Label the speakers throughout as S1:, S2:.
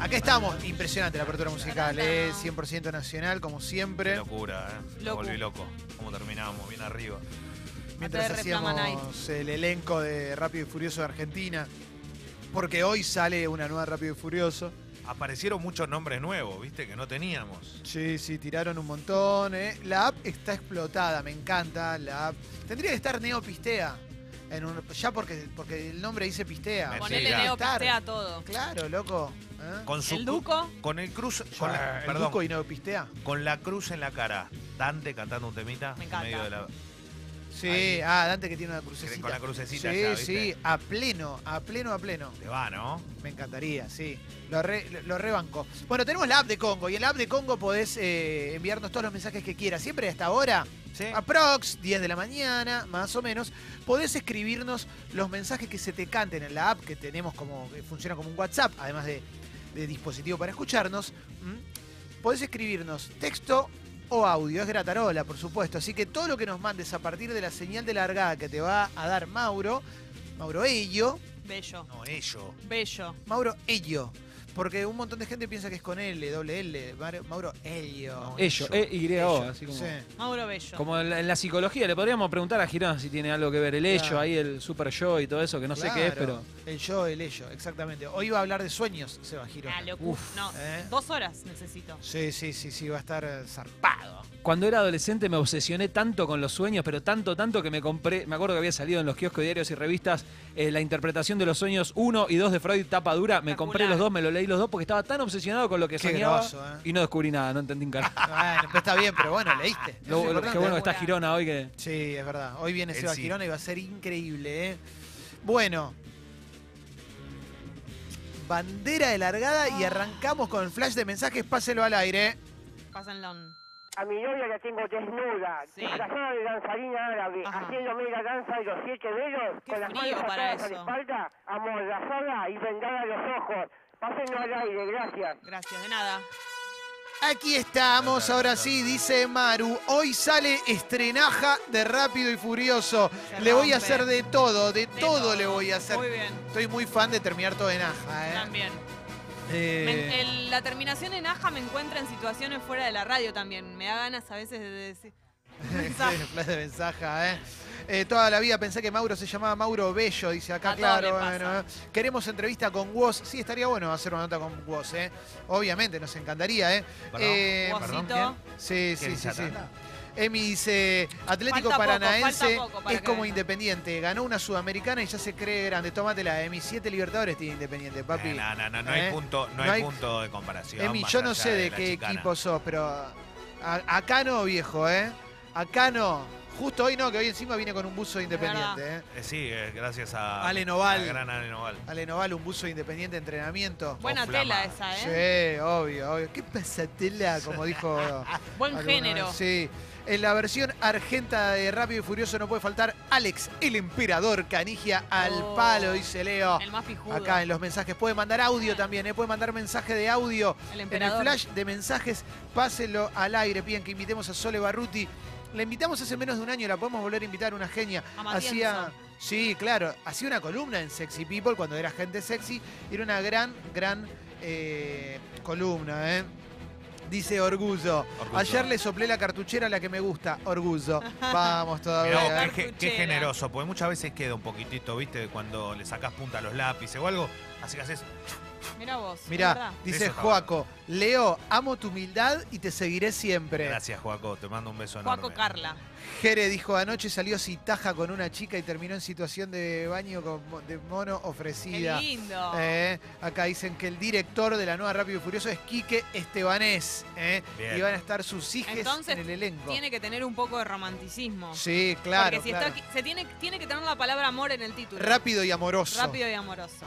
S1: Acá estamos, impresionante la apertura musical, eh, 100% nacional, como
S2: Qué
S1: siempre.
S2: locura, ¿eh? Me
S3: Loco.
S2: volví loco. ¿Cómo terminamos? Bien arriba.
S1: Mientras
S3: Acá de Replama
S1: hacíamos el elenco de Rápido y Furioso de Argentina, porque hoy sale una nueva Rápido y Furioso.
S2: Aparecieron muchos nombres nuevos, ¿viste? Que no teníamos.
S1: Sí, sí, tiraron un montón. eh. La app está explotada, me encanta la app. Tendría que estar Neo Pistea, en un- ya porque, porque el nombre dice Pistea.
S2: Mentira.
S3: Ponele
S1: Tendría que
S3: Neo
S1: estar.
S3: Pistea todo.
S1: Claro, loco. ¿eh?
S2: Con su
S3: El
S2: cru-
S3: Duco.
S2: Con el cruz.
S1: Ya,
S2: Con la,
S1: Ah, el
S2: perdón,
S1: Duco y Neo Pistea.
S2: con la cruz en la cara. Dante cantando un temita.
S3: Me encanta.
S2: en medio de la-
S1: Sí,
S2: Ahí.
S1: ah, Dante que tiene una crucecita.
S2: con la crucecita
S1: sí,
S2: ya, ¿viste?
S1: sí, a pleno, a pleno, a pleno.
S2: Te va, ¿no?
S1: Me encantaría, sí. Lo, re- lo- lo rebanco. Bueno, tenemos la app de Congo y en la app de Congo podés eh, enviarnos todos los mensajes que quieras. Siempre hasta ahora,
S2: Sí.
S1: aprox, 10 de la mañana, más o menos, podés escribirnos los mensajes que se te canten en la app que tenemos como, que funciona como un WhatsApp, además de, de dispositivo para escucharnos. ¿Mm? Podés escribirnos texto o audio, es gratarola, por supuesto. Así que todo lo que nos mandes a partir de la señal de largada que te va a dar Mauro, Mauro Ello,
S3: Bello.
S2: No, ello.
S3: Bello.
S1: Mauro Ello. Porque un montón de gente piensa que es con L, doble L. Mar- Mauro Ello.
S4: Ello, E-Y-O, así como.
S1: Sí.
S3: Mauro Bello.
S4: Como en la, en la psicología, le podríamos preguntar a Girón si tiene algo que ver el ello,
S1: Claro.
S4: ahí el super yo y todo eso, que no sé qué es, pero.
S1: Claro, El yo, el ello, exactamente. Hoy iba a hablar de sueños, Seba Girona.
S3: Ah, locura.
S4: Uf.
S3: No,
S1: ¿Eh?
S3: dos horas necesito.
S1: Sí, sí, sí, sí, va a estar eh, zarpado.
S4: Cuando era adolescente me obsesioné tanto con los sueños, pero tanto, tanto que me compré, me acuerdo que había salido en los kioscos diarios y revistas eh, la interpretación de los sueños 1 y 2 de Freud, tapa dura, me compré los dos, me lo leí los dos porque estaba tan obsesionado con lo que
S1: Qué
S4: soñaba
S1: groso, ¿eh?
S4: y no descubrí nada, no entendí un carajo.
S1: Bueno, pero está bien, pero bueno, leíste. Eso es
S4: Lo- lo-
S1: importante.
S4: qué bueno que está
S3: Laburar.
S4: Girona hoy que...
S1: Sí, es verdad. Hoy viene
S2: Él
S1: Seba
S2: sí.
S1: Girona y va a ser increíble, ¿eh? Bueno. Bandera de largada y arrancamos con el flash de mensajes. Páselo al aire.
S3: Pásenlo.
S5: A mi novia la tengo desnuda,
S3: Sí.
S5: disfrazada de danzarina árabe,
S3: Ajá.
S5: haciéndome la danza de los siete dedos,
S3: Qué
S5: con las
S3: frío
S5: manos
S3: para
S5: atadas a la
S3: eso.
S5: espalda, amordazada y vendada a los ojos. Pásenlo al aire, gracias.
S3: Gracias, de nada.
S1: Aquí estamos, ahora sí, dice Maru. Hoy sale estrenaja de Rápido y Furioso.
S3: Se
S1: le voy a
S3: rompe.
S1: hacer de todo, de,
S3: De
S1: todo, le voy a hacer.
S3: Muy bien.
S1: Estoy muy fan de terminar todo en aja, ¿eh?
S3: También.
S1: Eh,
S3: Me- el- la terminación en aja me encuentra en situaciones fuera de la radio también. Me da ganas a veces de decir. mensaje.
S1: sí, flash de mensaje, ¿eh? Eh, toda la vida pensé que Mauro se llamaba Mauro Bello, dice acá,
S3: A todos
S1: claro.
S3: le pasa.
S1: bueno, eh. Queremos entrevista con Woz. Sí, estaría bueno hacer una nota con Woz, ¿eh? Obviamente, nos encantaría, ¿eh?
S2: Perdón,
S1: Eh,
S2: perdón,
S3: Wozito.
S1: ¿quién? Sí,
S2: ¿Quién
S1: sí, sí,
S2: ya
S1: sí.
S2: tanda?
S1: Emi dice, Atlético
S3: Falta poco,
S1: Paranaense
S3: falta poco para
S1: es
S3: que
S1: como
S3: venga.
S1: Independiente. Ganó una Sudamericana y ya se cree grande. Tómatela, Emi. Siete Libertadores tiene Independiente, papi.
S2: Eh, no, no, no, no
S1: ¿Eh?
S2: hay punto, no,
S1: No
S2: hay,
S1: hay-
S2: punto de comparación.
S1: Emi,
S2: más
S1: yo no
S2: allá
S1: sé de
S2: la
S1: qué
S2: chicana.
S1: equipo sos, pero a- acá no, viejo, ¿eh? Acá no. Justo hoy no, que hoy encima viene con un buzo de Independiente, ¿eh?
S2: Eh, sí, eh, gracias a.
S1: Ale Noval.
S2: al gran Ale Noval.
S1: Ale Noval, un buzo de Independiente entrenamiento.
S3: Buena
S2: flama.
S3: tela esa, ¿eh?
S1: Sí, obvio, obvio. ¿Qué pasatela? Como dijo...
S3: Buen
S1: Alguna
S3: género.
S1: vez, Sí. En la versión argenta de Rápido y Furioso no puede faltar Alex, el emperador canigia al
S3: Oh.
S1: palo, dice Leo.
S3: El más pijudo.
S1: Acá en los mensajes. Puede mandar audio también, ¿eh? puede mandar mensaje de audio.
S3: el
S1: En el
S3: emperador.
S1: flash de mensajes, páselo al aire. Piden que invitemos a Sole Barruti. La invitamos hace menos de un año, la podemos volver a invitar, una genia.
S3: A Matienzo.
S1: Hacía. Sí, claro. Hacía una columna en Sexy People cuando era gente sexy. Era una gran, gran eh, columna, ¿eh? Dice Orgullo.
S2: Orgullo.
S1: Ayer le soplé la cartuchera a la que me gusta, Orgullo. Vamos
S2: Mirá
S1: todavía.
S2: vos,
S1: ¿eh?
S2: qué, ge- qué
S3: Cartuchera.
S2: generoso, porque muchas veces queda un poquitito, ¿viste? Cuando le sacás punta a los lápices o algo, así que haces.
S3: Mirá vos.
S1: Mirá,
S3: ¿verdad?
S1: dice
S2: Eso está
S1: Joaco, Leo, amo tu humildad y te seguiré siempre.
S2: Gracias, Joaco, te mando un beso enorme.
S3: Juaco Carla.
S1: Jere dijo, anoche salió citaja con una chica y terminó en situación de baño con mo- de mono
S3: Qué
S1: ofrecida.
S3: lindo.
S1: Eh, acá dicen que el director de la nueva Rápido y Furioso es Quique Estebanés. eh,
S2: Bien.
S1: y van a estar sus hijas
S3: Entonces,
S1: en el elenco.
S3: Tiene que tener un poco de romanticismo.
S1: Sí, claro.
S3: Porque si
S1: claro.
S3: está aquí- se tiene, tiene que tener la palabra amor en el título.
S1: Rápido y amoroso.
S3: Rápido y amoroso.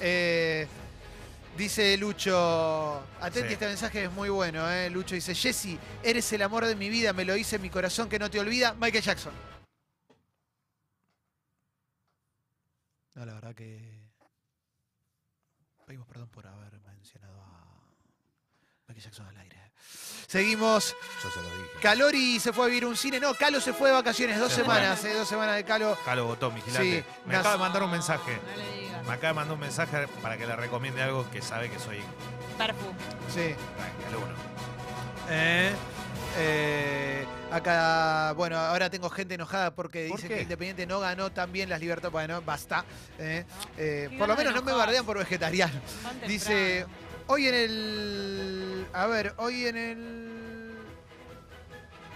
S1: Eh, dice Lucho, atenti,
S2: Sí.
S1: este mensaje es muy bueno. eh. Lucho dice, Jesse, eres el amor de mi vida, me lo hice mi corazón que no te olvida, Michael Jackson. No, la verdad que... Pedimos perdón por haber mencionado a Michael Jackson al aire. Seguimos.
S2: Yo se lo dije.
S1: Calori se fue a vivir un cine. No, Calo se fue de vacaciones. Dos
S2: Se
S1: semanas, eh, dos semanas de Calo.
S2: Calo votó, vigilante.
S1: Sí,
S2: me
S1: Nas-
S2: acaba de mandar un mensaje.
S3: No le digas.
S2: Me acaba de mandar un mensaje para que le recomiende algo que sabe que soy
S3: Perfu.
S1: Sí.
S2: alumno.
S1: Eh, eh, acá, bueno, ahora tengo gente enojada porque
S2: ¿Por
S1: dice
S2: qué?
S1: que Independiente no ganó también las libertades. Bueno, basta. eh. Eh,
S3: ¿Qué
S1: por lo
S3: ganas de
S1: menos no me
S3: enojarse?
S1: bardean por vegetariano.
S3: Tan temprano.
S1: Dice, hoy en el... A ver, hoy en el...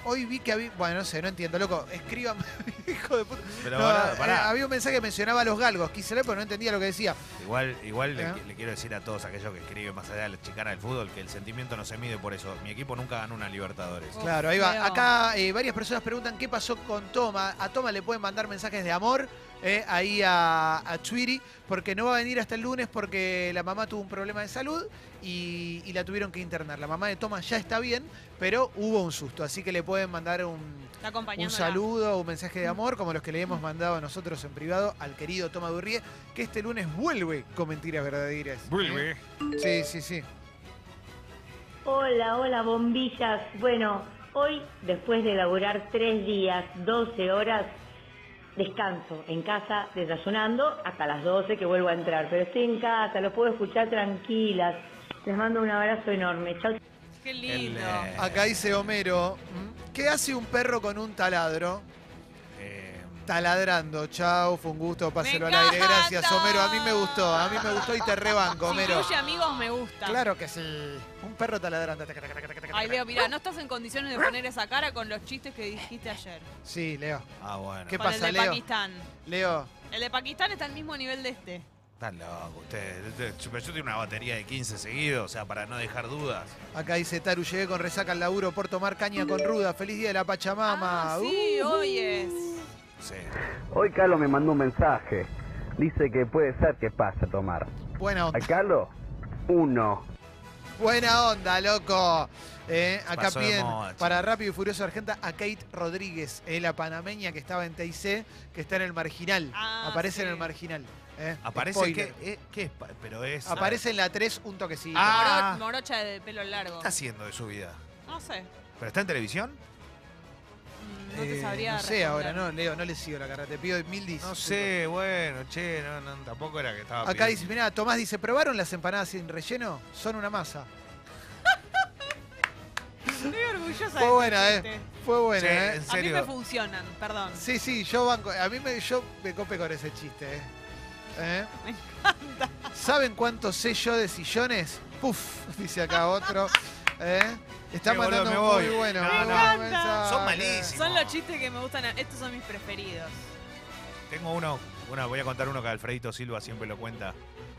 S1: Hoy vi que había... Bueno, no sé, no entiendo, loco. Escríbame, hijo de puta.
S2: Pero
S1: No,
S2: pará,
S1: eh,
S2: pará.
S1: había un mensaje que mencionaba a los galgos. Quise leer, pero no entendía lo que decía.
S2: Igual, igual le-
S1: ¿Eh?
S2: le, quiero decir a todos aquellos que escriben más allá de la chicana del fútbol que el sentimiento no se mide por eso. Mi equipo nunca ganó una Libertadores.
S3: Oh.
S1: Claro, ahí va.
S3: Leo.
S1: Acá eh, varias personas preguntan qué pasó con Toma. A Toma le pueden mandar mensajes de amor eh, ahí a, a Chuiri, porque no va a venir hasta el lunes porque la mamá tuvo un problema de salud y, y la tuvieron que internar. La mamá de Toma ya está bien, pero hubo un susto, así que le pueden mandar un,
S3: Está
S1: un
S3: acompañando.
S1: saludo, un mensaje de amor, como los que le hemos mandado nosotros en privado al querido Toma Durrie, que este lunes vuelve con mentiras verdaderas. ¿eh?
S2: Vuelve.
S1: Sí, sí, sí.
S6: Hola, hola bombillas. Bueno, hoy después de laburar tres días, 12 horas, descanso en casa desayunando hasta las 12 que vuelvo a entrar. Pero estoy en casa, los puedo escuchar tranquilas. Les mando un abrazo enorme. Chao.
S3: Qué lindo.
S2: El, eh,
S1: Acá dice Homero, ¿m? ¿qué hace un perro con un taladro?
S2: Eh,
S1: Taladrando, chao, fue un gusto, páselo al aire,
S3: encanta.
S1: gracias Homero, a mí me gustó, a mí me gustó y te rebanco,
S3: Si
S1: Homero.
S3: incluye amigos, me gusta.
S1: Claro que sí, un perro taladrando. taca, taca, taca, taca, taca,
S3: Ay,
S1: taca.
S3: Leo, mirá, no estás en condiciones de poner esa cara con los chistes que dijiste ayer.
S1: Sí, Leo,
S2: ah, bueno.
S1: ¿Qué
S3: con
S1: pasa,
S3: el de
S1: Leo?
S3: Pakistán.
S1: Leo,
S3: El de Pakistán está al mismo nivel de este.
S2: Están locos ustedes. Pero yo tengo una batería de 15 seguidos, o sea, para no dejar dudas.
S1: acá dice Taru, llegué con resaca al laburo por tomar caña con ruda, feliz día de la Pachamama.
S3: Ah, sí,
S1: Uh,
S3: hoy es.
S2: Sí.
S7: Hoy Carlos me mandó un mensaje. Dice que puede ser que pase a tomar.
S1: Buena
S7: A
S1: onda,
S7: Carlos, uno.
S1: buena onda, loco. Eh, acá
S2: Pasó de
S1: piden
S2: moda, chico.
S1: para Rápido y Furioso Argenta a Kate Rodríguez, eh, la panameña que estaba en TIC, que está en el marginal.
S3: Ah,
S1: Aparece en
S3: sí.
S1: el marginal. eh.
S2: Aparece
S1: Spoiler.
S2: que. eh, ¿Qué es? pa- Pero es.
S1: Aparece en la 3 un toquecito.
S2: Ah.
S3: Moro- morocha de pelo largo.
S2: ¿Qué está haciendo de su vida?
S3: No sé.
S2: ¿Pero está en televisión?
S3: Mm, No
S1: Eh,
S3: te sabría.
S1: No sé ahora,
S3: responder.
S1: no, Leo, no le sigo la carrera. Te pido mil dis.
S2: No sé, bueno, che, no, no, tampoco era que estaba.
S1: Acá
S2: pidiendo-
S1: dice, mirá, Tomás dice, ¿probaron las empanadas sin relleno? Son una masa.
S3: Estoy orgullosa
S1: Fue
S3: de
S1: buena,
S3: este
S1: eh.
S3: chiste.
S1: Fue buena,
S2: Che,
S1: eh.
S2: en
S3: A mí
S2: serio.
S3: me funcionan, perdón.
S1: Sí, sí, yo banco. A mí me, yo me copé con ese chiste, eh. ¿Eh?
S3: Me
S1: ¿Saben cuánto sé yo de sillones? Puf, dice acá otro. ¿Eh? Está
S2: Sí, boludo,
S1: mandando
S2: me
S1: un
S2: voy.
S1: muy bueno.
S2: No,
S1: muy
S2: no.
S1: buen
S3: Me encanta.
S1: mensaje.
S2: Son malísimos.
S3: Son los chistes que me gustan. a- Estos son mis preferidos.
S2: Tengo uno, una, voy a contar uno que Alfredito Silva siempre lo cuenta.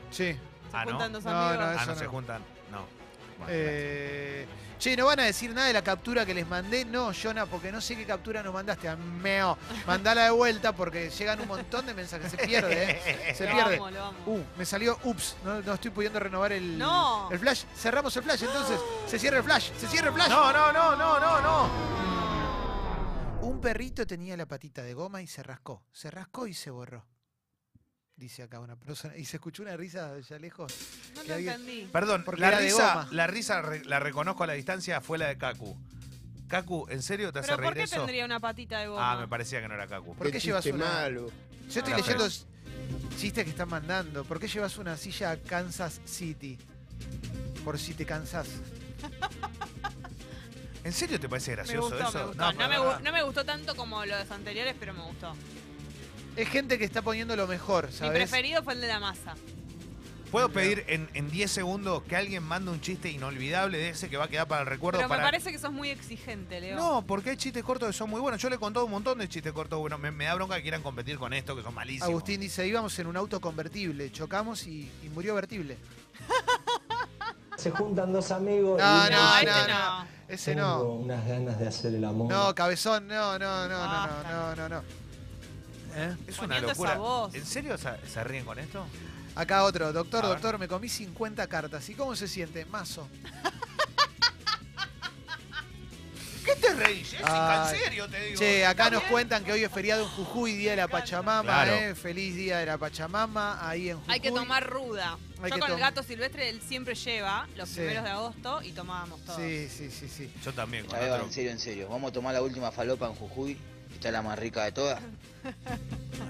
S1: Sí.
S3: Se
S2: Ah, ¿no?
S3: juntan dos
S1: No,
S3: amigos.
S1: no,
S2: Ah,
S1: Eso
S2: no, se juntan. No. Bueno,
S1: Eh, che, no van a decir nada de la captura que les mandé. No, Jonah, porque no sé qué captura nos mandaste. Ameo. Mandala de vuelta porque llegan un montón de mensajes. Se pierde, ¿eh? Se
S3: Lo
S1: pierde.
S3: amo, lo amo.
S1: Uh, me salió, ups, no, no estoy pudiendo renovar el,
S3: No.
S1: el flash. Cerramos el flash entonces. Se cierra el flash, se cierra el flash.
S2: No, no, no, no, no, no.
S1: Un perrito tenía la patita de goma y se rascó. Se rascó y se borró. Dice acá una persona. Y se escuchó una risa allá lejos.
S3: No
S1: que
S3: lo
S1: alguien-
S3: entendí.
S2: Perdón,
S1: Porque
S2: la
S1: era de
S2: risa,
S1: goma.
S2: la risa re- la reconozco a la distancia fue la de Kaku. Kaku, ¿en serio te hace
S3: ¿Pero por
S2: reír
S3: qué
S2: eso?
S3: tendría una patita de goma?
S2: Ah, me parecía que no era Kaku.
S1: ¿Por qué llevas una? Yo estoy
S2: Ah,
S1: leyendo s- chistes que están mandando. ¿Por qué llevas una silla a Kansas City? Por si te cansás.
S2: ¿En serio te parece
S3: Me
S2: gracioso
S3: gustó,
S2: eso?
S3: me gustó. No,
S2: pero
S3: me,
S2: verdad.
S3: gu- no me gustó tanto como los anteriores, pero me gustó.
S1: Es gente que está poniendo lo mejor,
S3: Mi
S1: ¿sabes?
S3: preferido fue el de la masa.
S2: ¿Puedo pedir en, en 10 segundos que alguien mande un chiste inolvidable de ese que va a quedar para el recuerdo?
S3: Pero
S2: para...
S3: me parece que sos muy exigente, Leo.
S2: No, porque hay chistes cortos que son muy buenos. Yo le he contado un montón de chistes cortos buenos. Me, me da bronca que quieran competir con esto, que son malísimos.
S1: Agustín dice, íbamos en un auto convertible, chocamos y, y murió vertible.
S8: Se juntan dos amigos.
S1: No,
S8: y uno
S1: no,
S8: dice,
S1: no, no.
S3: este no.
S1: Ese
S8: Tengo
S1: no.
S8: unas ganas de hacer el amor.
S1: No, cabezón, no, no, no, no, no,
S3: Basta.
S1: no, no, no. ¿Eh?
S2: Es una
S3: Poniendo esa
S2: locura.
S3: voz.
S2: ¿En serio se, se ríen con esto?
S1: Acá otro, doctor,
S2: A ver.
S1: doctor, me comí 50 cartas. ¿Y cómo se siente? Mazo. ¿Qué te
S2: reír, Jessica,
S1: Ah,
S2: en serio te digo.
S1: Che, acá nos
S3: También.
S1: cuentan que hoy es feriado en Jujuy, Día de la Pachamama,
S2: Claro.
S1: eh, Feliz Día de la Pachamama, ahí en Jujuy.
S3: Hay que tomar ruda.
S1: Hay
S3: Yo
S1: que
S3: con el
S1: tomar.
S3: gato silvestre él siempre lleva los
S1: Sí.
S3: primeros de agosto y tomábamos todos.
S1: Sí, sí, sí, sí.
S2: Yo también, con
S9: Chabeba,
S2: otro.
S9: en serio, en serio. Vamos a tomar la última falopa en Jujuy. que Está la más rica de todas.
S2: No,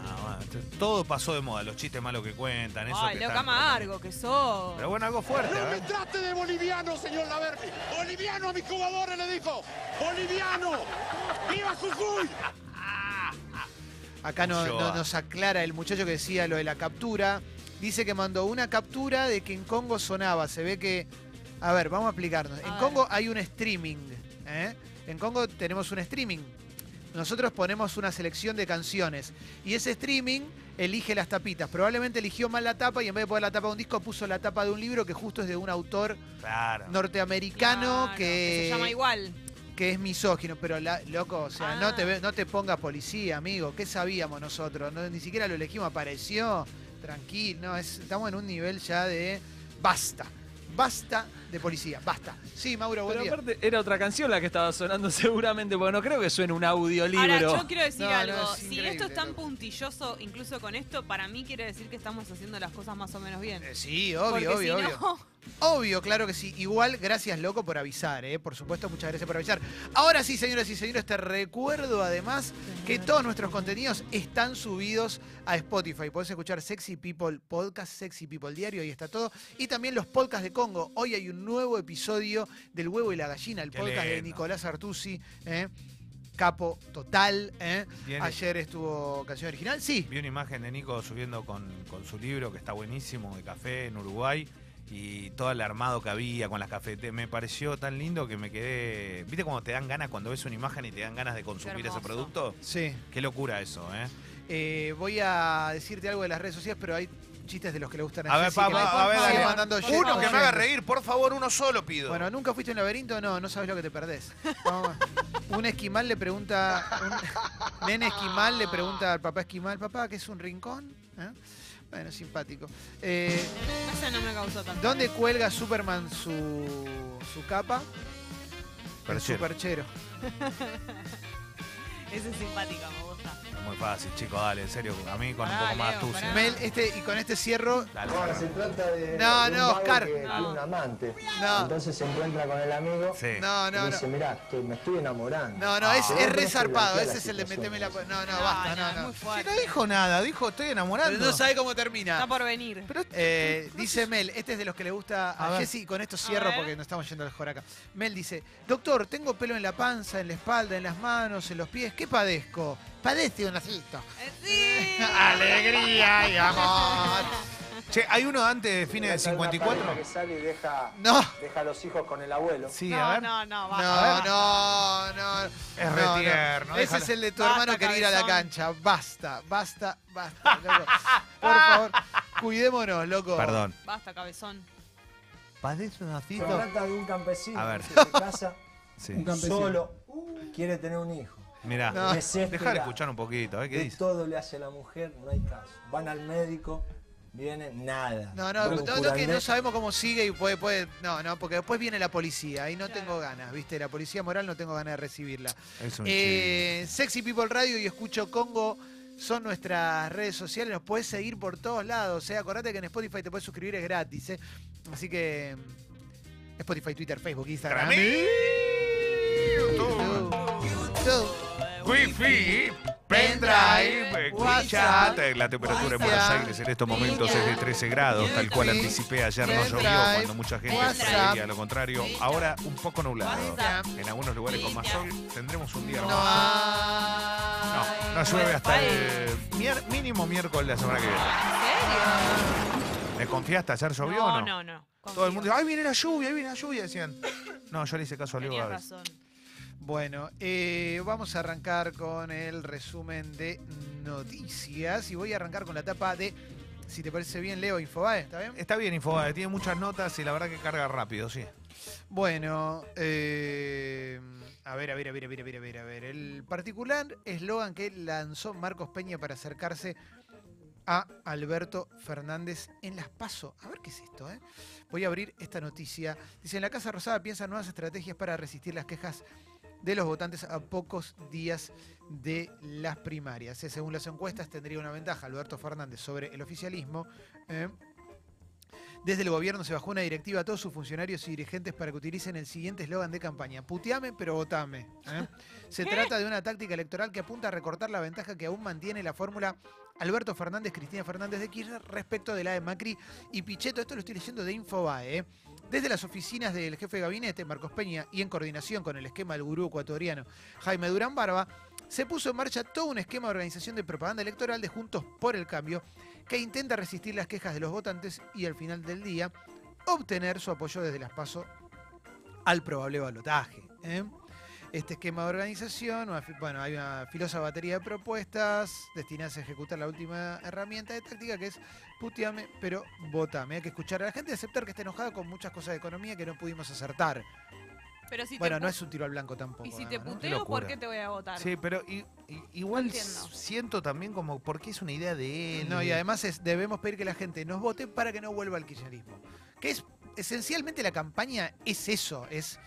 S2: Ah, bueno, t- todo pasó de moda, los chistes malos que cuentan, eso
S3: Ay,
S2: que
S3: loca
S2: están-
S3: amargo que sos.
S2: Pero bueno, algo fuerte,
S10: No me
S2: ¿eh?
S10: trate de boliviano, señor Laverni. Boliviano a mis jugadores le dijo. Boliviano. ¡Viva Jujuy!
S1: Acá no-
S2: Ulloa.
S1: no- nos aclara el muchacho que decía lo de la captura. Dice que mandó una captura de que en Congo sonaba. Se ve que. A ver, vamos a explicarnos.
S3: A
S1: en
S3: ver.
S1: Congo hay un streaming. ¿eh? En Congo tenemos un streaming. Nosotros ponemos una selección de canciones. Y ese streaming elige las tapitas. Probablemente eligió mal la tapa y en vez de poner la tapa de un disco, puso la tapa de un libro que justo es de un autor
S2: Claro.
S1: norteamericano
S3: Claro,
S1: que,
S3: se llama igual.
S1: que es misógino, pero la- loco, o sea,
S3: Ah.
S1: no, te, ve- no te pongas policía, amigo. ¿Qué sabíamos nosotros? No, ni siquiera lo elegimos, apareció. Tranquilo, no, es- estamos en un nivel ya de basta. Basta de policía, basta. Sí, Mauro, buen
S4: Pero
S1: día.
S4: aparte, era otra canción la que estaba sonando seguramente, porque no creo que suene un
S3: Ahora,
S4: audiolibro.
S3: yo quiero decir
S1: No, no,
S3: algo.
S1: es
S3: si
S1: increíble,
S3: esto es tan
S1: loco.
S3: puntilloso, incluso con esto, para mí quiere decir que estamos haciendo las cosas más o menos bien.
S1: Eh, sí,
S3: Porque
S1: obvio, obvio,
S3: si
S1: obvio.
S3: no,
S1: Obvio, claro que sí. Igual, gracias, loco, por avisar, ¿eh? Por supuesto, muchas gracias por avisar. Ahora sí, señoras y señores, te recuerdo además que todos nuestros contenidos están subidos a Spotify. Podés escuchar Sexy People Podcast, Sexy People Diario, ahí está todo. Y también los podcasts de Congo. Hoy hay un nuevo episodio del Huevo y la Gallina, el
S2: Qué
S1: podcast de
S2: lindo.
S1: Nicolás Artusi, ¿eh? Capo total, ¿eh?
S2: Tiene-
S1: Ayer estuvo canción original, sí.
S2: Vi una imagen de Nico subiendo con, con su libro, que está buenísimo, de café en Uruguay, y todo el armado que había con las cafeteras. Me pareció tan lindo que me quedé. ¿Viste cuando te dan ganas, cuando ves una imagen y te dan ganas de consumir ese
S3: hermoso.
S2: producto?
S1: Sí.
S2: Qué locura eso, ¿eh?
S1: Eh, voy a decirte algo de las redes sociales, pero hay chistes de los que le gustan
S2: A ver,
S1: Jessy
S2: papá,
S1: que me-
S2: a ver,
S1: sigue
S2: dale.
S1: mandando
S3: Uno
S1: oyentes,
S2: Uno que me
S1: oyentes.
S2: haga reír, por favor, uno solo pido.
S1: Bueno, ¿nunca fuiste a un laberinto? No, no sabes lo que te perdés. Vamos. un esquimal le pregunta. Un nene esquimal le pregunta al papá esquimal, papá, ¿qué es un rincón? ¿Eh? Bueno, simpático. Eh,
S3: eso no me causó tanto.
S1: ¿Dónde cuelga Superman su, su capa? El
S2: Perchero.
S1: superchero.
S3: Ese es simpático, me gusta.
S2: Es muy fácil, chicos, dale, en serio, a mí con un
S3: Pará,
S2: poco más
S3: Leo,
S2: astucia.
S3: pará.
S1: Mel, este, y con este cierro.
S2: Dale,
S8: Ahora
S2: dale.
S8: se trata de.
S1: No,
S8: de un
S1: no,
S8: vago
S1: Oscar.
S8: Que
S3: No.
S8: tiene un amante.
S1: No.
S8: Entonces se encuentra con el amigo.
S2: Sí.
S1: No,
S8: y
S1: no,
S8: le
S1: no.
S8: dice, mirá, estoy- me estoy enamorando.
S1: No, no, es,
S8: Ah.
S1: es resarpado.
S8: Plantea la
S1: Ese es el de
S8: situación.
S1: meteme la. po- No, no,
S3: No,
S1: basta,
S3: no,
S1: no,
S3: es
S1: no.
S3: muy fuerte.
S2: no dijo nada, dijo estoy enamorando.
S1: Pero no sabe cómo termina.
S3: Está por venir.
S1: Pero, eh, dice Mel, este es de los que le gusta
S2: A
S1: a,
S2: ver.
S1: Jessy, y con esto cierro
S3: ver.
S1: porque nos estamos yendo al joraca. Mel dice, doctor, tengo pelo en la panza, en la espalda, en las manos, en los pies, ¿qué padezco? Padece un asito.
S3: Eh, sí.
S1: Alegría y amor.
S2: Che, hay uno antes de fines del
S8: Hay una pareja
S2: 54.
S8: Que sale y deja,
S1: No,
S8: deja a los hijos con el abuelo.
S2: Sí, a
S3: No,
S2: ver.
S3: no, no,
S1: no,
S3: basta.
S1: no, no.
S2: Es
S1: no, no.
S2: retierno.
S1: Ese
S2: déjalo.
S1: es el de tu
S3: Basta,
S1: hermano que ir a la
S3: cabezón.
S1: cancha. Basta, basta, basta. loco. Por favor, cuidémonos, loco.
S2: Perdón.
S3: Basta, cabezón.
S2: ¿Padece un
S8: Se trata de un campesino
S2: A ver.
S8: que se casa
S2: Sí.
S8: solo,
S4: Uh.
S8: quiere tener un hijo.
S2: Mirá,
S1: No.
S8: Desespera.
S2: dejar escuchar un poquito, a ver qué
S8: De
S2: dice.
S8: todo le hace a la mujer, no hay caso. Van al médico, viene nada.
S1: No, no,
S8: Van a
S1: no,
S8: un
S1: no, que no
S8: curandero.
S1: sabemos cómo sigue y puede, puede. No, no, porque después viene la policía y no
S3: Claro.
S1: tengo ganas, ¿viste? La policía moral no tengo ganas de recibirla.
S2: Es un
S1: Eh, Sexy People Radio y Escucho Congo son nuestras redes sociales. Nos puedes seguir por todos lados. ¿eh? Acordate que en Spotify te puedes suscribir, es gratis. ¿eh? Así que. mm, Spotify, Twitter, Facebook, Instagram.
S2: YouTube,
S1: YouTube.
S2: Wi-Fi, pendrive, escucha. La temperatura en Buenos Aires en estos momentos es de 13 grados, tal cual anticipé ayer no llovió cuando mucha gente creía lo contrario. Ahora un poco nublado. En algunos lugares con más sol tendremos un día
S1: No,
S2: hermoso. No,
S1: hay-
S2: no llueve hasta el mier- mínimo miércoles la semana que viene.
S3: ¿En serio?
S2: ¿Me confiaste? ¿Ayer llovió o
S3: No, no, no.
S2: Todo el mundo dice, "Ah, ay, viene la lluvia, ahí viene la lluvia, decían. No, yo le hice caso a Leo
S3: Tenías
S2: Gávez.
S3: razón.
S1: Bueno, eh, vamos a arrancar con el resumen de noticias y voy a arrancar con la tapa de, si te parece bien, Leo Infobae, ¿está bien?
S2: Está bien, Infobae, tiene muchas notas y la verdad que carga rápido, sí.
S1: Bueno, eh, a ver, a ver, a ver, a ver, a ver, a ver, a ver. El particular eslogan que lanzó Marcos Peña para acercarse a Alberto Fernández en las PASO. A ver qué es esto, ¿eh? Voy a abrir esta noticia. Dice, en la Casa Rosada piensan nuevas estrategias para resistir las quejas de los votantes a pocos días de las primarias. Eh, según las encuestas, tendría una ventaja Alberto Fernández sobre el oficialismo. eh. Desde el gobierno se bajó una directiva a todos sus funcionarios y dirigentes para que utilicen el siguiente eslogan de campaña: puteame, pero votame. ¿eh? Se trata de una táctica electoral que apunta a recortar la ventaja que aún mantiene la fórmula. Alberto Fernández, Cristina Fernández de Kirchner respecto de la de Macri y Pichetto. Esto lo estoy leyendo de Infobae. ¿eh? Desde las oficinas del jefe de gabinete, Marcos Peña, y en coordinación con el esquema del gurú ecuatoriano Jaime Durán Barba, se puso en marcha todo un esquema de organización de propaganda electoral de Juntos por el Cambio que intenta resistir las quejas de los votantes y al final del día obtener su apoyo desde las PASO al probable balotaje. ¿eh? Este esquema de organización, una fi- bueno, hay una filosa batería de propuestas destinadas a ejecutar la última herramienta de táctica que es puteame pero votame. Hay que escuchar a la gente y aceptar que está enojada con muchas cosas de economía que no pudimos acertar.
S3: Pero si te
S1: bueno, no
S3: pu-
S1: es un tiro al blanco tampoco.
S3: Y si
S1: nada,
S3: te
S1: ¿no?
S2: Qué
S3: puteo,
S2: locura.
S3: ¿por qué te voy a votar?
S2: Sí, pero i- i- igual
S3: No entiendo.
S2: s- siento también como porque es una idea de él.
S1: No, y además es, debemos pedir que la gente nos vote para que no vuelva al kirchnerismo. Que es esencialmente la campaña es eso, es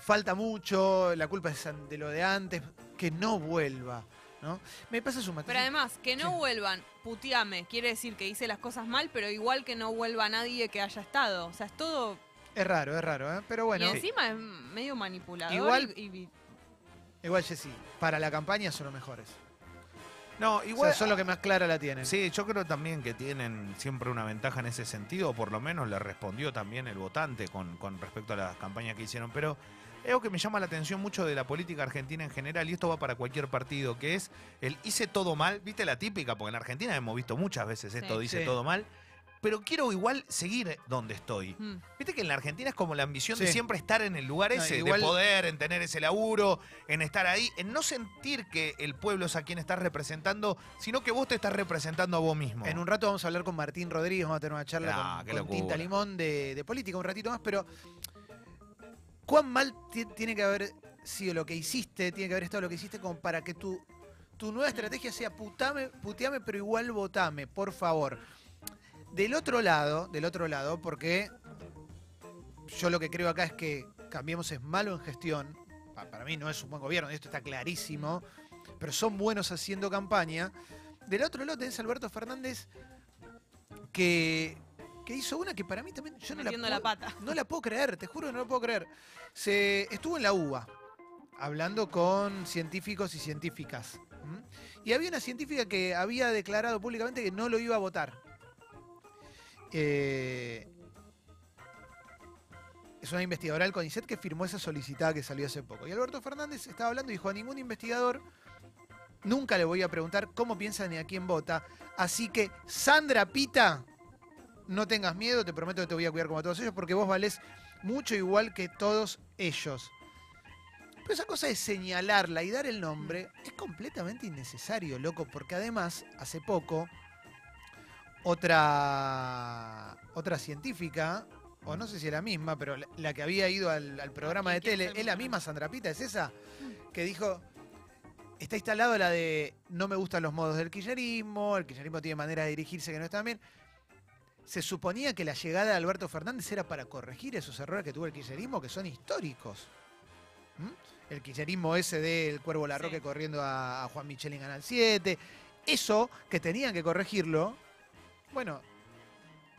S1: falta mucho, la culpa es an- de lo de antes, que no vuelva, ¿no? Me pasa su matiz.
S3: Pero además, que no
S1: Sí.
S3: vuelvan, puteame, quiere decir que hice las cosas mal, pero igual que no vuelva nadie que haya estado. O sea, es todo.
S1: Es raro, es raro, ¿eh? Pero bueno,
S3: y encima es medio manipulador.
S1: Igual-
S3: y- y-
S1: igual Jessy, para la campaña son los mejores.
S2: No,
S1: O
S2: igual.
S1: sea, son los que más clara la tienen.
S2: Sí, yo creo también que tienen siempre una ventaja en ese sentido, o por lo menos le respondió también el votante con, con respecto a las campañas que hicieron. Pero es algo que me llama la atención mucho de la política argentina en general, y esto va para cualquier partido, que es el hice todo mal, viste la típica, porque en Argentina hemos visto muchas veces esto,
S3: Sí.
S2: dice
S1: Sí.
S2: todo mal, pero quiero igual seguir donde estoy.
S3: Mm.
S2: Viste que en la Argentina es como la ambición de
S1: Sí.
S2: siempre estar en el lugar
S1: No,
S2: ese,
S1: igual-
S2: de poder, en tener ese laburo, en estar ahí, en no sentir que el pueblo es a quien estás representando, sino que vos te estás representando a vos mismo.
S1: En un rato vamos a hablar con Martín Rodríguez, vamos a tener una charla
S2: Ah,
S1: con-
S2: qué
S1: con, Tinta
S2: locura.
S1: Limón de, de política un ratito más, pero ¿cuán mal ti- tiene que haber sido lo que hiciste, tiene que haber estado lo que hiciste como para que tu, tu nueva estrategia sea putame, puteame, pero igual votame, por favor? Del otro lado, del otro lado, porque yo lo que creo acá es que Cambiemos es malo en gestión, pa- para mí no es un buen gobierno, y esto está clarísimo, pero son buenos haciendo campaña. Del otro lado tenés a Alberto Fernández que, que hizo una que para mí también yo no la,
S3: Metiendo la
S1: puedo- Eh,
S3: pata.
S1: no la puedo creer, te juro que no la puedo creer. Se estuvo en la UBA hablando con científicos y científicas. ¿m? Y había una científica que había declarado públicamente que no lo iba a votar. Eh, es una investigadora del CONICET que firmó esa solicitada que salió hace poco. Y Alberto Fernández estaba hablando y dijo, a ningún investigador nunca le voy a preguntar cómo piensa ni a quién vota. Así que, Sandra Pita, no tengas miedo, te prometo que te voy a cuidar como a todos ellos, porque vos valés mucho igual que todos ellos. Pero esa cosa de señalarla y dar el nombre es completamente innecesario, loco, porque además, hace poco, otra, otra científica, o no sé si era la misma, pero la, la que había ido al, al programa de tele, es la misma Sandra Pita, es esa, que dijo, está instalado la de no me gustan los modos del kirchnerismo, el kirchnerismo tiene maneras de dirigirse que no están bien. Se suponía que la llegada de Alberto Fernández era para corregir esos errores que tuvo el kirchnerismo, que son históricos. ¿Mm? El kirchnerismo ese del Cuervo Larroque
S3: Sí.
S1: corriendo a, a Juan Michel en Canal 7. Eso que tenían que corregirlo, bueno,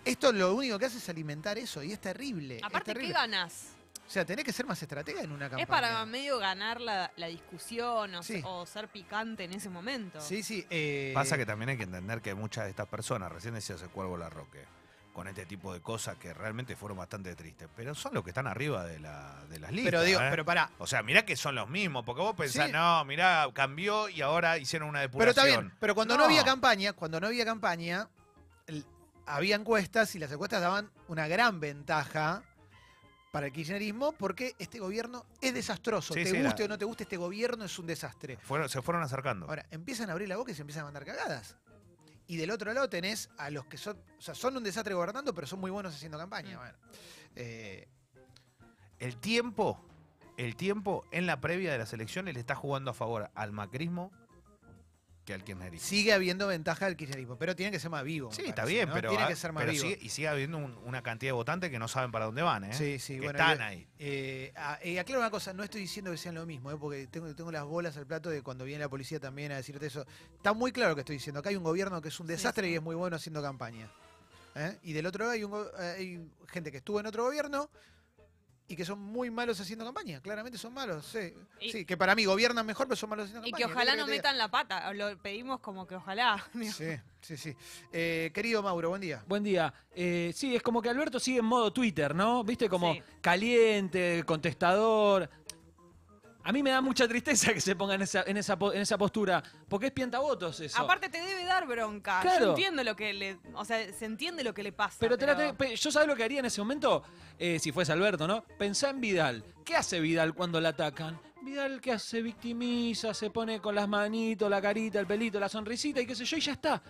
S1: esto lo único que hace es alimentar eso y es terrible. es
S3: Aparte, ¿qué
S1: terrible.
S3: ganas?
S1: o sea, tenés que ser más estratega en una campaña.
S3: Es para medio ganar la, la discusión o,
S1: Sí.
S3: o ser picante en ese momento.
S1: Sí, sí. eh,
S2: Pasa que también hay que entender que muchas de estas personas, recién decías el Cuervo Larroque, con este tipo de cosas que realmente fueron bastante tristes, pero son los que están arriba de, la, de las listas.
S1: Pero digo,
S2: ¿eh?
S1: pero pará.
S2: O sea, mirá que son los mismos, porque vos pensás,
S1: Sí.
S2: no, mirá, cambió y ahora hicieron una
S1: Pero
S2: depuración.
S1: está bien. Pero cuando no.
S2: No.
S1: había campaña, cuando no había campaña, el- había encuestas y las encuestas daban una gran ventaja para el kirchnerismo porque este gobierno es desastroso.
S2: Sí,
S1: te
S2: sí, la-
S1: guste o no te guste, este gobierno es un desastre.
S2: Fueron- se fueron acercando.
S1: Ahora, empiezan a abrir la boca y se empiezan a mandar cagadas. Y del otro lado tenés a los que son, o sea, son un desastre gobernando, pero son muy buenos haciendo campaña.
S3: Mm.
S1: Bueno, eh,
S2: El tiempo, el tiempo en la previa de las elecciones le está jugando a favor al macrismo que al kirchnerismo.
S1: Sigue habiendo ventaja del kirchnerismo, pero tiene que ser más vivo. me
S2: Sí, está
S1: parece,
S2: bien,
S1: ¿no?
S2: pero,
S1: Tiene
S2: ah,
S1: que ser más
S2: pero
S1: vivo.
S2: sigue- y sigue habiendo un- una cantidad de votantes que no saben para dónde van, ¿eh?
S1: Sí, sí,
S2: que
S1: bueno.
S2: están
S1: yo-
S2: ahí.
S1: eh, a- eh, aclaro una cosa, no estoy diciendo que sean lo mismo, eh, porque tengo, tengo las bolas al plato de cuando viene la policía también a decirte eso. Está muy claro que estoy diciendo. Acá hay un gobierno que es un desastre y es muy bueno haciendo campaña. ¿eh? Y del otro lado hay, un go- eh, hay gente que estuvo en otro gobierno y que son muy malos haciendo campaña. Claramente son malos, sí.
S3: Y-
S1: Sí, que para mí gobiernan mejor, pero son malos haciendo
S3: Y
S1: campaña.
S3: que
S1: ¿qué
S3: ojalá
S1: querés
S3: no
S1: que te diga?
S3: metan la pata. Lo pedimos como que ojalá.
S1: Sí, sí, sí. Eh, querido Mauro, buen día.
S4: Buen día. Eh, sí, es como que Alberto sigue en modo Twitter, ¿no? Viste, como
S3: Sí.
S4: caliente, contestador. A mí me da mucha tristeza que se ponga en esa, en esa, po- en esa postura, porque es pientavotos eso.
S3: Aparte te debe dar bronca.
S4: Claro.
S3: Yo entiendo lo que le, o sea, se entiende lo que le pasa.
S4: Pero, te la tenés- pe- yo sabes lo que haría en ese momento, Eh, si fuese Alberto, ¿no? Pensá en Vidal. ¿Qué hace Vidal cuando la atacan? Vidal que hace victimiza, se pone con las manitos, la carita, el pelito, la sonrisita y qué sé yo, y ya está.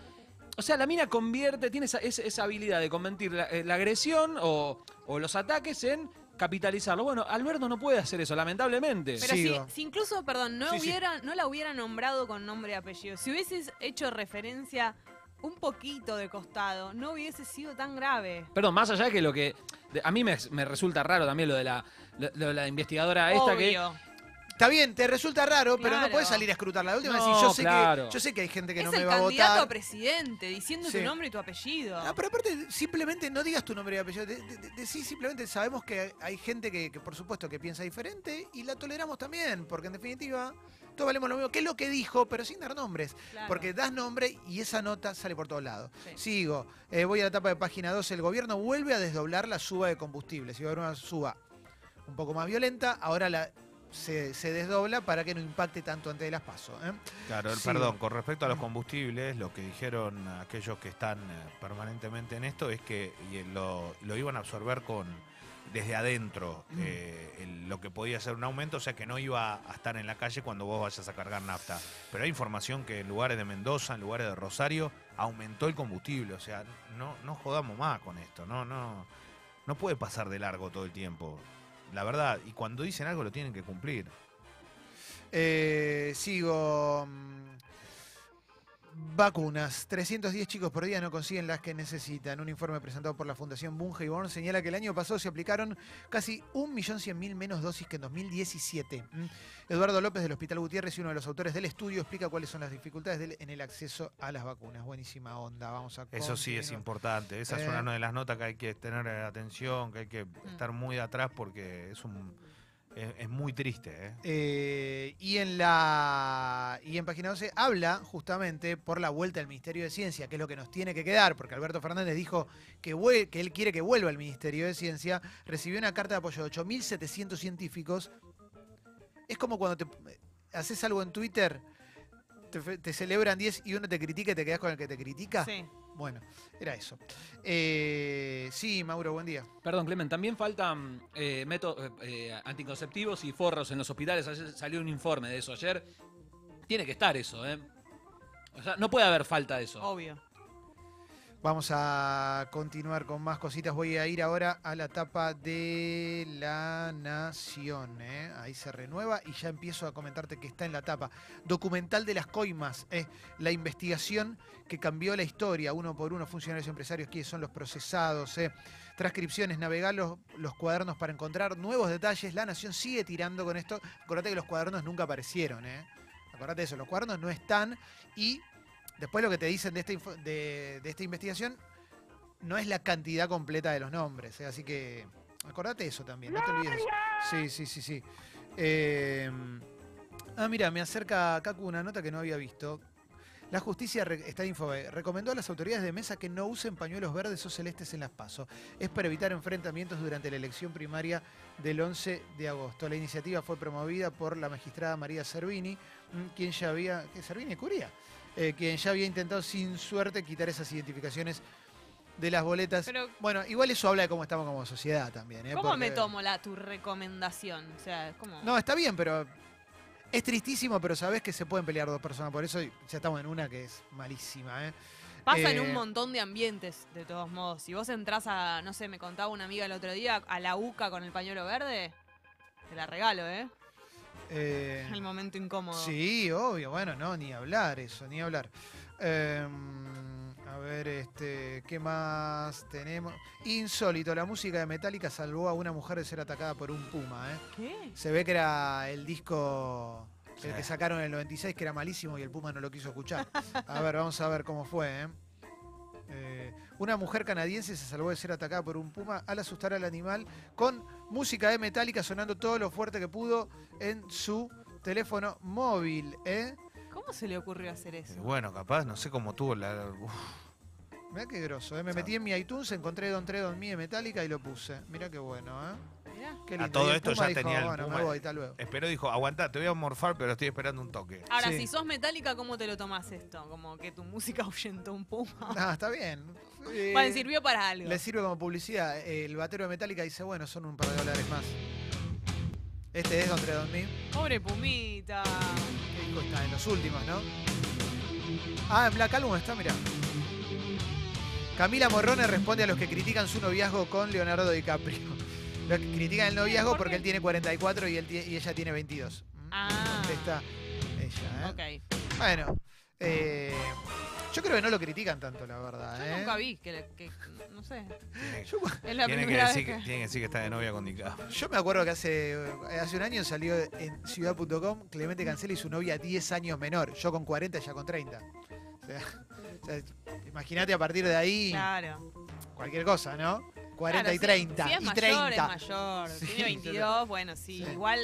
S4: O sea, la mina convierte, tiene esa, esa- esa habilidad de convertir la, eh, la agresión o, o los ataques en capitalizarlo. Bueno, Alberto no puede hacer eso, lamentablemente.
S3: Pero si,
S1: Sigo.
S3: si incluso, perdón, no
S1: Sí, sí.
S3: hubiera, no la hubiera nombrado con nombre y apellido, si hubieses hecho referencia un poquito de costado, no hubiese sido tan grave.
S4: Perdón, más allá de que lo que... de- a mí me, me resulta raro también lo de la, lo- lo de la investigadora esta que...
S3: Obvio.
S1: Está bien, te resulta raro, pero no
S3: Claro.
S1: puedes salir a escrutarla. La última
S4: No,
S1: vez, sí, yo sé,
S4: claro.
S1: que, yo sé que hay gente que
S3: es
S1: no
S3: el
S1: me va a
S3: candidato a
S1: votar.
S3: presidente, diciendo
S1: Sí.
S3: tu nombre y tu apellido.
S1: Ah, pero aparte, simplemente no digas tu nombre y apellido. De- de- de- Decí simplemente, sabemos que hay gente que, que, por supuesto, que piensa diferente y la toleramos también, porque en definitiva, todos valemos lo mismo. ¿Qué es lo que dijo? Pero sin dar nombres.
S3: Claro.
S1: Porque das nombre y esa nota sale por todos lados.
S3: Sí.
S1: Sigo, eh, voy a la etapa de página 12. El gobierno vuelve a desdoblar la suba de combustibles. Iba a haber una suba un poco más violenta, ahora la, se, se desdobla para que no impacte tanto antes de las pasos. ¿eh?
S2: Claro, el-
S1: Sí.
S2: perdón, con respecto a los combustibles, lo que dijeron aquellos que están eh, permanentemente en esto es que y eh, lo, lo iban a absorber con desde adentro eh, el- lo que podía ser un aumento, o sea que no iba a estar en la calle cuando vos vayas a cargar nafta. Pero hay información que en lugares de Mendoza, en lugares de Rosario, aumentó el combustible, o sea, no, no jodamos más con esto, no, no, no puede pasar de largo todo el tiempo. La verdad, y cuando dicen algo lo tienen que cumplir.
S1: Eh, sigo. mm, Vacunas. 310 chicos por día no consiguen las que necesitan. Un informe presentado por la Fundación Bunge y Born señala que el año pasado se aplicaron casi 1.100.000 menos dosis que en 2017. Mm. Eduardo López del Hospital Gutiérrez y uno de los autores del estudio explica cuáles son las dificultades del- en el acceso a las vacunas. Buenísima onda. Vamos a
S2: Eso sí es
S1: continuar.
S2: importante. Esa es
S1: Eh.
S2: una de las notas que hay que tener atención, que hay que
S3: Mm.
S2: estar muy atrás porque es un es, es muy triste. ¿eh?
S1: Eh, y en la y en página 12 habla justamente por la vuelta al Ministerio de Ciencia, que es lo que nos tiene que quedar, porque Alberto Fernández dijo que, vuel- que él quiere que vuelva al Ministerio de Ciencia, recibió una carta de apoyo de 8.700 científicos. Es como cuando te eh, haces algo en Twitter, te, fe- te celebran 10 y uno te critica y te quedas con el que te critica.
S3: Sí.
S1: Bueno, era eso. Eh, sí, Mauro, buen día.
S4: Perdón, Clemen, también faltan eh, métodos eh, eh, anticonceptivos y forros en los hospitales. Ayer salió un informe de eso ayer. Tiene que estar eso, ¿eh? O sea, no puede haber falta de eso.
S3: Obvio.
S1: Vamos a continuar con más cositas. Voy a ir ahora a la etapa de la nación. ¿eh? Ahí se renueva y ya empiezo a comentarte que está en la tapa. Documental de las coimas, ¿eh? la investigación que cambió la historia, uno por uno, funcionarios y empresarios, quiénes son los procesados. ¿eh? Transcripciones, navegar los, los cuadernos para encontrar nuevos detalles. La nación sigue tirando con esto. Acordate que los cuadernos nunca aparecieron. ¿eh? Acordate de eso, los cuadernos no están y Después lo que te dicen de esta, info- de, de esta investigación no es la cantidad completa de los nombres, ¿eh? así que acordate eso también, no te olvides. de eso. Sí, sí, sí, sí. Eh, ah, mira, me acerca Kaku una nota que no había visto. La justicia, re- está en Infobae, recomendó a las autoridades de mesa que no usen pañuelos verdes o celestes en las PASO. Es para evitar enfrentamientos durante la elección primaria del 11 de agosto. La iniciativa fue promovida por la magistrada María Servini, mm, quien ya había... ¿qué, ¿Servini? ¿Curia? eh, quien ya había intentado sin suerte quitar esas identificaciones de las boletas.
S3: Pero-
S1: bueno, igual eso habla de cómo estamos como sociedad también. ¿eh?
S3: ¿Cómo me
S1: Porque-
S3: tomo la tu recomendación? O sea, es como.
S1: No, está bien, pero es tristísimo, pero sabés que se pueden pelear dos personas por eso y ya estamos en una que es malísima. ¿eh?
S3: Pasa en
S1: Eh,
S3: un montón de ambientes, de todos modos. Si vos entrás a, no sé, me contaba una amiga el otro día, a la UCA con el pañuelo verde, te la regalo, ¿eh?
S1: Eh,
S3: El momento incómodo.
S1: Sí, obvio, bueno, no, ni hablar eso, ni hablar. Eh, a ver, este, ¿qué más tenemos? Insólito, la música de Metallica salvó a una mujer de ser atacada por un puma, ¿eh?
S3: ¿Qué?
S1: Se ve que era el disco el
S8: Sí.
S1: que sacaron en el 96, que era malísimo y el Puma no lo quiso escuchar. A ver, vamos a ver cómo fue. ¿eh? Eh, una mujer canadiense se salvó de ser atacada por un puma al asustar al animal con música de metálica sonando todo lo fuerte que pudo en su teléfono móvil. ¿eh?
S3: ¿Cómo se le ocurrió hacer eso?
S2: Bueno, capaz, no sé cómo tuvo la. uf,
S1: Mirá qué grosso. ¿eh? Me metí en mi iTunes, encontré Don Tre Don Mi de Metallica y lo puse. Mirá qué bueno. ¿eh?
S3: Mirá.
S1: Qué
S2: A
S1: lindo.
S2: todo
S1: Y el
S2: esto
S1: Puma
S2: ya tenía el
S1: bueno,
S2: Puma".
S1: me voy, hasta luego.
S2: Esperó, dijo, aguantá, te voy a morfar, pero estoy esperando un toque.
S3: Ahora,
S1: Sí.
S3: si sos metálica, ¿cómo te lo tomás esto? Como que tu música ahuyentó un puma.
S1: Ah, está bien. Eh,
S3: Bueno, sirvió para algo.
S1: Le sirve como publicidad. El batero de Metallica dice, bueno, son un par de dólares más. Este es Don Tredonmi.
S3: Pobre pumita.
S1: Que disco está en los últimos, ¿no? Ah, en Black Album está, mirá. Camila Morrone responde a los que critican su noviazgo con Leonardo DiCaprio. Los que critican el noviazgo
S3: ¿Por
S1: porque
S3: qué?
S1: él tiene 44 y, él tie- y ella tiene 22.
S3: Ah.
S1: Está ella, ¿eh?
S3: Ok.
S1: Bueno, eh, yo creo que no lo critican tanto, la verdad.
S3: Yo
S1: ¿eh?
S3: nunca vi que, le- que- no sé.
S2: Tiene,
S1: Yo-
S3: Es la
S2: tiene que
S3: primera
S2: decir que,
S3: vez que...
S2: tiene que decir que está de novia con DiCaprio.
S1: Yo me acuerdo que hace, eh, hace un año salió en ciudad.com Clemente Cancela y su novia 10 años menor. Yo con 40, ella con 30. O sea, o sea, imagínate a partir de ahí
S3: Claro.
S1: cualquier cosa, ¿no? 40 y
S3: Claro, si-
S1: 30
S3: Si es
S1: y
S3: mayor,
S1: 30.
S3: es mayor.
S1: Sí,
S3: Tiene 22, bueno, sí.
S1: Sí.
S3: Igual,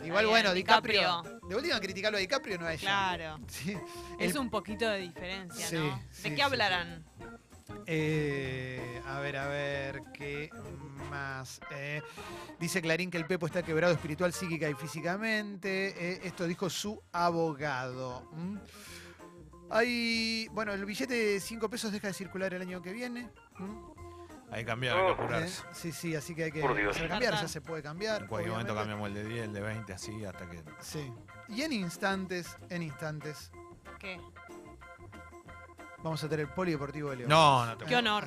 S1: Igual bueno,
S3: Está bien,
S1: DiCaprio.
S3: DiCaprio.
S1: De última criticarlo a DiCaprio no a ella.
S3: claro.
S1: Sí.
S3: Es
S1: El-
S3: un poquito de diferencia,
S1: Sí,
S3: ¿no?
S1: sí,
S3: ¿De
S1: sí,
S3: qué hablarán?
S1: Eh, a ver, a ver, ¿qué más? Eh, dice Clarín que el Pepo está quebrado espiritual, psíquica y físicamente. Eh, esto dijo su abogado. ¿Mm? Hay, bueno, el billete de 5 pesos deja de circular el año que viene. ¿Mm?
S2: Ahí cambiaron, hay que
S1: Eh,
S2: apurarse.
S1: Sí, sí, así que hay que
S7: Por Dios.
S1: empezar a cambiar, ya se puede cambiar.
S2: En cualquier momento
S1: obviamente.
S2: cambiamos el de 10, el de 20, así hasta que.
S1: Sí. Y en instantes, en instantes,
S3: ¿Qué?
S1: vamos a tener el polideportivo de León.
S2: No, no te
S3: Qué honor.